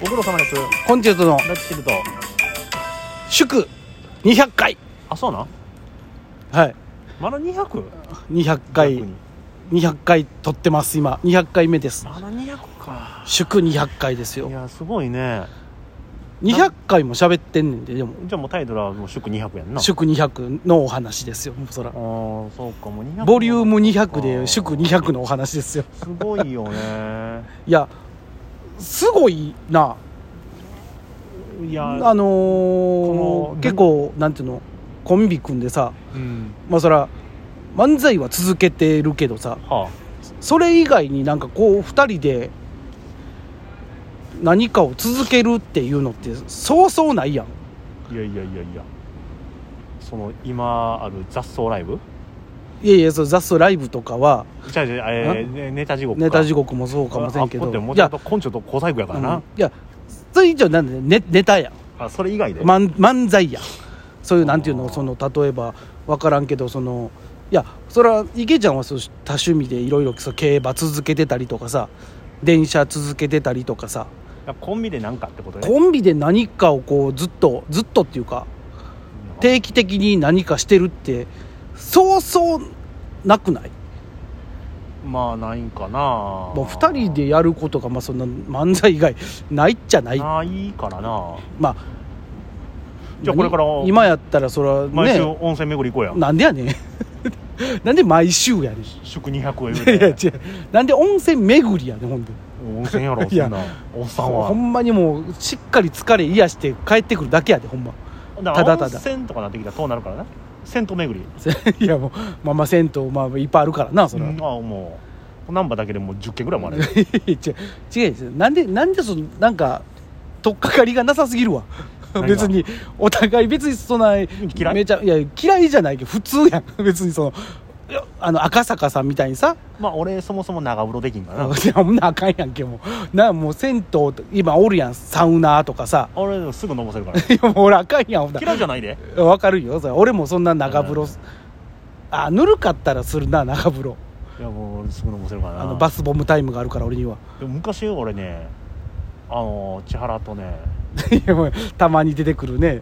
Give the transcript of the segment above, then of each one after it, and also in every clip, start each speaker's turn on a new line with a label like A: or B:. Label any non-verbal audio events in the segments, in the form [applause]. A: ご苦労様です
B: コンチェルトの
A: ラッチルと
B: 祝200回
A: あそうなん
B: はい
A: まだ 200?
B: 200
A: 200
B: 回
A: に
B: 200回撮ってます今200回目です
A: まだ200か
B: 祝200回です
A: い
B: よ
A: やすごいね
B: 200回も喋ってんねんででも
A: じゃあもうタイトルはもう祝200やんな
B: 祝200のお話ですよもうそら
A: あーそうかもう200
B: ボリューム200で祝200のお話ですよ
A: すごいよ
B: [laughs]
A: ね
B: いやすごいない
A: や
B: あのー
A: この
B: 結構なんていうのコンビ組んでさ
A: うん
B: まあそら漫才は続けてるけどさ
A: は
B: それ以外になんかこう2人で何かを続けるっていうのってそうそうないやん
A: あいやいやいやいやその今ある雑草ライブ
B: いやいやそう雑草ライブとかは
A: 違う違うえーねネタ地獄か
B: ネタ地獄もそうかもしれんけ
A: あ
B: ど
A: っこってもとも
B: いや
A: と根性と小細工やから
B: う、
A: なん
B: いやそれ以上なんでネネタやん
A: あそれ以外で、
B: 漫漫才やんそういうなんていう
A: あ
B: の
A: ー
B: その例えば分からんけどそのいやそれは池ちゃんはそう多趣味でいろいろそう競馬続けてたりとかさ電車続けてたりとかさ
A: コンビで何かってことね
B: コンビで何かをこうずっとずっとっていうか
A: うん
B: 定期的に何かしてるってそうそうなくない
A: まあないんかな
B: もう2人でやることがまあそんな漫才以外ないっちゃない
A: ないからな
B: まあ
A: じゃあこれから
B: 何今やったらそれは
A: 毎週
B: ね
A: 温泉巡り行こうや、
B: なんでやねん [laughs] なんで毎週やねん
A: 祝200円ぐら
B: いや
A: い
B: 違うなんで温泉巡りやねんほんで
A: 温泉やろ
B: いや
A: そんなおっさん
B: ほ
A: は
B: んまにもうしっかり疲れ癒して帰ってくるだけやでほんま [laughs]
A: だか
B: ただ
A: ら
B: た
A: 温
B: だ
A: 泉とかなってきたらどうなるからな銭湯巡り
B: いやもうまあまあ銭湯まあいっぱいあるからなそれは、
A: うんああもう難波だけでもう10軒ぐらいもある
B: [laughs] 違う違うですよなんでなんでそのなんか取っかかりがなさすぎるわ
A: 何が
B: 別にお互い別にそんな
A: 嫌い
B: めちゃいや嫌いじゃないけど普通やん [laughs] 別にそのいやあの赤坂さんみたいにさ
A: まあ俺そもそも長風呂できんから
B: [laughs]
A: ない
B: やほんなあかんやんけもうなもう銭湯と今おるやんサウナーとかさ [laughs]
A: 俺でもすぐのぼせるから
B: いやもう俺あかんやんほんな
A: 嫌いじゃないで
B: わかるよそれ俺もそんな長風
A: う
B: 呂
A: ん
B: あぬるかったらするな長風呂
A: いやもう俺すぐのぼせるからな
B: あのバスボムタイムがあるから俺には [laughs]
A: でも昔俺ねあの千原とね
B: いやもうたまに出てくるね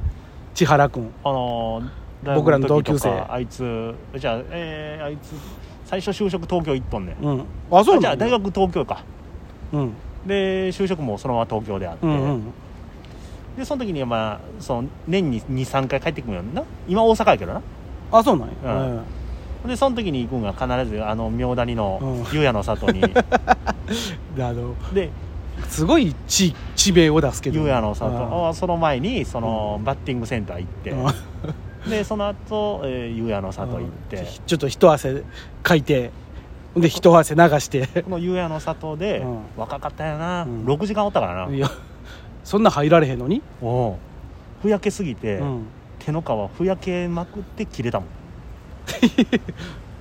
B: 千原君
A: あの大学
B: 僕らの同
A: 時
B: 級
A: とか
B: 生
A: あいつじゃあえー、あいつ最初就職東京行っとんねん
B: うん、あそう
A: あじゃ
B: な
A: あ
B: んだ
A: 大学東京か
B: うん
A: で就職もそのまま東京であって、
B: うんうん
A: でその時にはまあその年に23回帰ってくるんやんな今大阪やけどな
B: あそうなんや、
A: うんでその時に行くんが必ずあの妙谷の
B: う
A: 湯屋の里
B: [laughs]
A: に
B: うんあの
A: です
B: ごい地地名を出すけど
A: 湯屋の里
B: あ
A: あその前にそのバッティングセンター行って、
B: あ
A: でその後、えー、湯屋の里行って、
B: ちょっと一汗かいてほんで一汗流して
A: この湯屋の里で、
B: うん
A: 若かったよな、
B: うん
A: 6時間おったからな、
B: いやそんな入られへんのに、
A: おうふやけすぎて、
B: うん、
A: 手の皮ふやけまくって切れたもんだ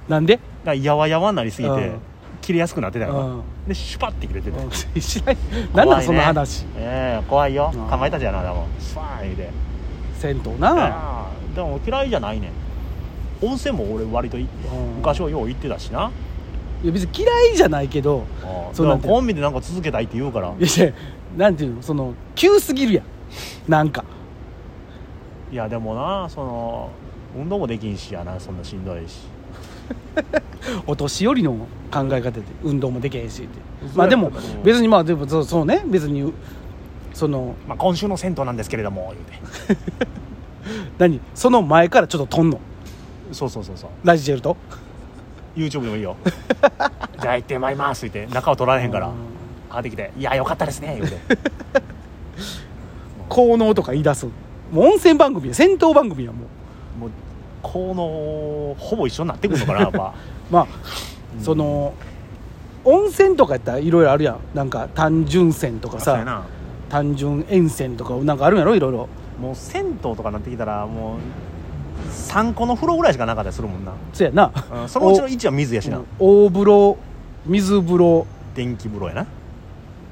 B: なんで、
A: からやわやわになりすぎて、
B: うん
A: 切れやすくなってた
B: う
A: よな、
B: ん、
A: でシュパって切れてて、
B: しないなん [laughs] なんその話、
A: ええ怖いよ
B: うん
A: かまいたちやなでもスワーンで
B: 銭湯な、
A: でも嫌いじゃないねん温泉も俺割とい
B: うん
A: 昔はよう行ってたしない
B: や別に嫌いじゃないけどそ
A: そうう
B: な
A: なんん
B: て
A: コンビでなんか続けたいって言うから
B: いやいやなんていうのその急すぎるやんなんか
A: いやでもなその運動もできんしやなそんなしんどいし
B: お年寄りの考え方で運動もできへんしって
A: そう
B: まあで
A: や
B: も
A: ったと思う
B: 別にまあでもそうそうね別にその
A: まあ今週の銭湯なんですけれども言うて
B: 何その前からちょっととんの
A: そうそうそうそう
B: ラジジェルと
A: YouTube でもいい
B: [laughs]
A: よじゃあ行ってまいります言うて中を取られへんから
B: うん
A: あできて「いやよかったですね」言うて
B: 効能とか言い出すもう温泉番組や銭湯番組やもう
A: もう効能ほぼ一緒になってくるのかなやっぱ
B: まあ、その温泉とかやったらいろいろあるやんなんか単純泉とか
A: そうや
B: さ
A: な
B: 単純塩泉とかなんかあるんやろいろいろ
A: もう銭湯とかなってきたらもう3個の風呂ぐらいしかなかったりするもんな、
B: そうやな
A: うんそのうちの1は水やしな、
B: 大風呂水風呂
A: 電気風呂やな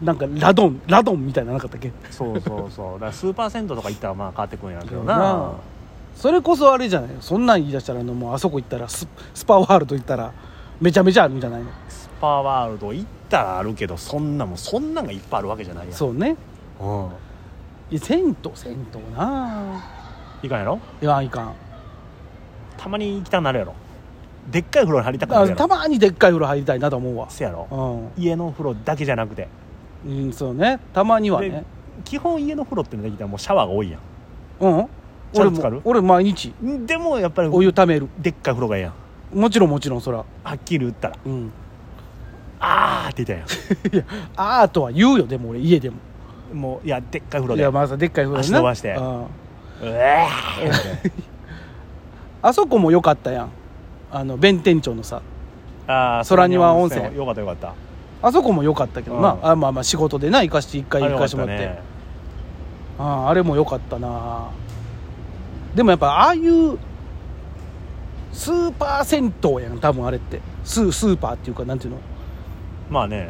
B: なんかラドンラドンみたいなのなかったっけ
A: そうそうそうだからスーパー銭湯とか行ったらまあ変わってくるんやろうけど [laughs]
B: な
A: な
B: あそれこそあれじゃないそんなん言い出したらあのもうあそこ行ったらススパワールド行ったらめちゃめちゃあるんじゃないの
A: スパワールド行ったらあるけどそんなもんそんなんがいっぱいあるわけじゃないやん
B: そうね
A: うん
B: いや銭湯銭湯ない
A: かんやろ
B: いやいかん
A: たまに行きたくなるやろでっかい風呂に入りたくなる
B: あ
A: や
B: た
A: ろ
B: まにでっかい風呂入りたいなと思うわ
A: せやろ
B: う
A: 家の風呂だけじゃなくて
B: ん、うん、そうねたまにはね
A: で基本家の風呂ってのできたらもうシャワーが多いや
B: うん
A: ちゃ
B: 俺
A: んと浸かる
B: も俺毎日
A: んでもやっぱり
B: お湯ためる
A: でっかい風呂がええやん
B: もちろんもちろんそら
A: はっきり打ったら
B: うん
A: 「あー」って言った
B: あーとは言うよでも俺家でも
A: やんもういやでっかい風呂
B: い
A: で
B: や
A: うわ
B: まあさでっかい風呂
A: 足伸ばして
B: うん [laughs]
A: ーって
B: あそこも良かったやんあの弁天町のさ
A: あー
B: 空庭温泉
A: よかったよかった
B: あそこも良かったけどな、
A: うん
B: あまあまあ仕事でな行かして一回
A: あれ
B: 行
A: よか
B: か
A: っ
B: しても
A: た
B: らって、
A: ね
B: ああれも良かったなでもやっぱああいうスーパー銭湯やん多分あれってスースーパーっていうかなんていうの
A: まあね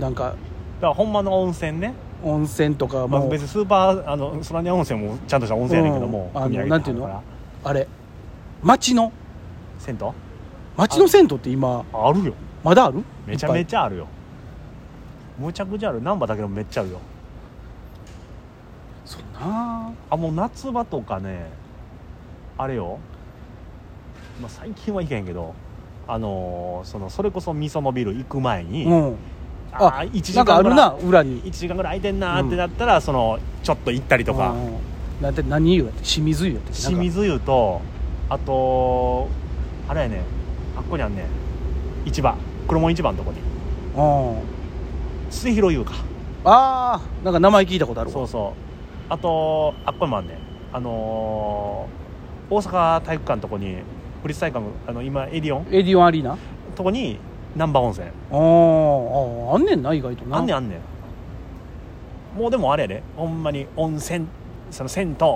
B: なんか
A: だからほんまの温泉ね、
B: 温泉とか
A: まあ、
B: もう
A: 別にスーパーあの空庭温泉もちゃんとした温泉やねんけども、
B: うんあの
A: 組み上げ
B: なんていう
A: は
B: の
A: るから
B: あれ町の
A: 銭湯
B: 町の銭湯って今
A: あるよ
B: まだある
A: めちゃめ
B: ゃ
A: ちゃあるよむちゃくちゃある難波だけでもめっちゃあるよ
B: そうな
A: あもう夏場とかねあれよ、まあ、最近は行けへんけどあのーそのそれこそみそのビル行く前に、
B: うん
A: あ
B: あ
A: 1時間
B: なんかあ
A: ぐ
B: る
A: らい
B: な裏に
A: 1時間ぐらい空いてんなーってなったら、そのちょっと行ったりとか、
B: うんなんて何湯やって清水湯やって
A: 清水湯とあとあれやねあっこにあんね市場黒門市場のとこに
B: うん
A: 末広湯か
B: ああなんか名前聞いたことあるわ
A: そうそうあとあっこにもあんねあのー大阪体育館のとこに国立体育館のあの今エディオン
B: エディオンアリーナ
A: とこに難波温泉
B: あーあーあんねんな意外とな
A: あんねんあんねんもうでもあれやでほんまに温泉その銭湯、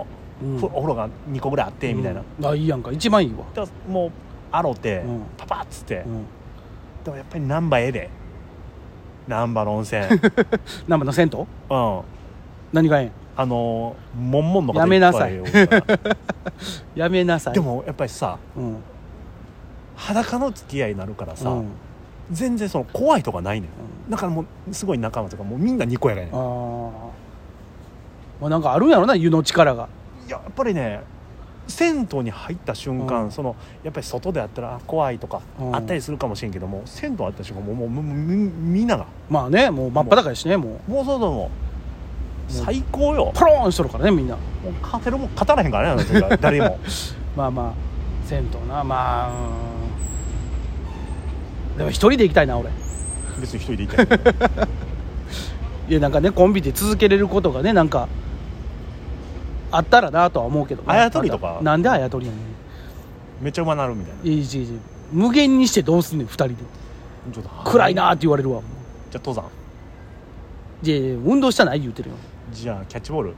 B: うん
A: ふお風呂が2個ぐらいあってみたいな、
B: うんあいいやんか一番いいわ
A: でもうあろて、
B: うん
A: パパッつって、
B: うん
A: でもやっぱり難波ええで難波の温
B: [laughs]
A: 泉うん
B: 生の銭湯
A: あ
B: 何がえ
A: のーもんもんの方
B: やめなさい
A: っぱおるから
B: えんやめなさい
A: でもやっぱりさ
B: うん
A: 裸の付き合いになるからさ、
B: うん
A: 全然その怖いとかないねんだからもうすごい仲間とかもうみんなにこやかやね
B: ああもうなんかあるんやろな湯の力が
A: んいややっぱりね銭湯に入った瞬間、
B: うん
A: そのやっぱり外であったらあ怖いとか、
B: うん
A: あったりするかもしれんけども銭湯あった瞬間もうもうもうみみんなが
B: まあねもう真っ裸やしねもう
A: もうそうそうもう最高よ
B: ポローンしとるからねみんな
A: もうカフェロも語らへんからねあの時は誰も
B: まあまあ銭湯なまあうんでも一人で行きたいな俺
A: 別に一人で行ったり
B: いやなんかねコンビで続けれることがねなんかあったらなとは思うけど
A: あやとりとか
B: なんであやとりやね
A: [laughs] めっちゃ馬なるみたいなん
B: いいしいいし無限にしてどうすんねん2人で
A: ちょっと
B: [laughs] 暗いなって言われるわ
A: じゃあ登山
B: いやいや運動したない言うてるよ
A: じゃあキャッチボールん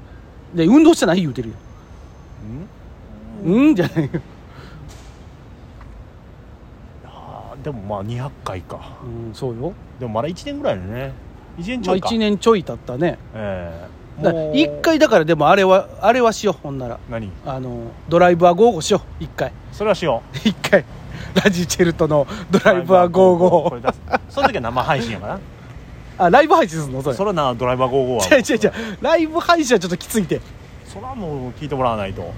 B: で運動したない言うてるようんじゃないよ、
A: あーでもまあ200回か
B: うん、そうよ、
A: でもまだ1年ぐらいだね1年ち
B: まあ、
A: ょいか、
B: 1年ちょい経ったね
A: ええ
B: だ
A: もう
B: 1回だからでもあれはあれはしようほんなら
A: 何
B: あのドライブは55しよう1回 [laughs]
A: それはしよう
B: 1回ラジチェルトのド
A: ド
B: ライブは
A: これ
B: 55
A: 出すその時は生配信や
B: [laughs]
A: から
B: あライブ配信すんのそれ
A: それはなドライバー55は
B: 違う違う違うライブ配信はちょっときついて
A: それはもう聞いてもらわないと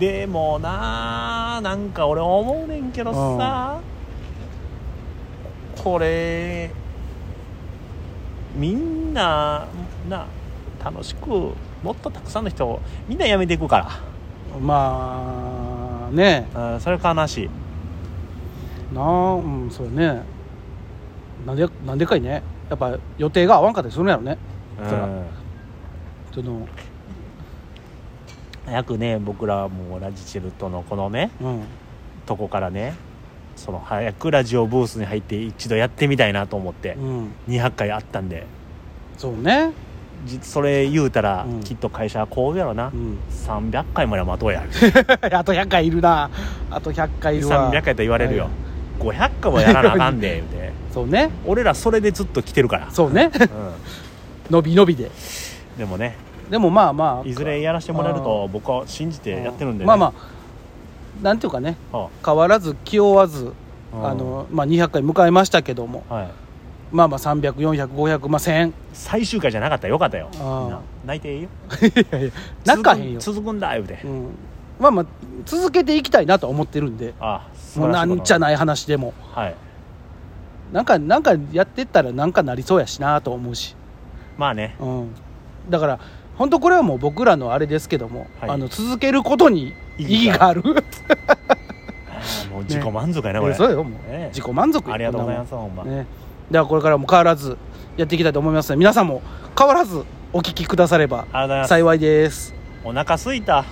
A: でもななんか俺思うねんけどさ、これみんなな楽しくもっとたくさんの人みんな辞めていくか
B: まあね
A: ら、うん、それ悲しい
B: なあうんそうやねなんでなんでかいねやっぱ予定が合わんかったりするんやろねそら
A: うん
B: その
A: 早くね僕らもラジチェルトのこのね
B: うん
A: とこからねその早くラジオブースに入って一度やってみたいなと思って
B: う、ん
A: 200回あったんで
B: そうね
A: じそれ言うたら、
B: うん
A: きっと会社はこうやろな、
B: うん [laughs]
A: 300回までは待とうや
B: あと100回いるなあと100回いるわ
A: 300回と言われるよ
B: は、
A: 500回もやらなあかんで言うて
B: そうね
A: 俺らそれでずっと来てるから、
B: そうね [laughs]
A: う
B: 伸び伸びで
A: ん、でもね
B: でもまあまあ
A: いずれやらせてもらえると僕は信じてやってるんで、ね、
B: まあまあなんていうかね
A: あ
B: 変わらず気負わず
A: うん
B: あの、まあ、200回迎えましたけども
A: はい
B: まあまあ300400500500、まあ、1000
A: [laughs] 最終回じゃなかったらよかったよ
B: あー
A: みんな泣いていいよ
B: いやいや泣かへんよ、
A: 続く続くんだ言うて、
B: うん、まあまあ続けていきたいなとは思ってるんで
A: ああ素
B: もう
A: 晴ら
B: な
A: しいこと
B: んじゃない話でも
A: はい
B: なんかなんかやってったらなんかなりそうやしなと思うし、
A: まあね
B: うん、だから本当これはもう僕らのあれですけども、
A: はい
B: あの続けることに意
A: 意
B: 義
A: 義
B: が
A: が
B: ある
A: あーもう自己満足やな、これ
B: そうよもう、
A: ねえ
B: 自己満足よ
A: ありがとうございま
B: こ
A: すほんま、
B: んなもんね、ではこれからも変わらずやっていきたいと思いますので皆さんも変わらずお聞きくだされば
A: ありがとうございます
B: 幸いです
A: お腹すいた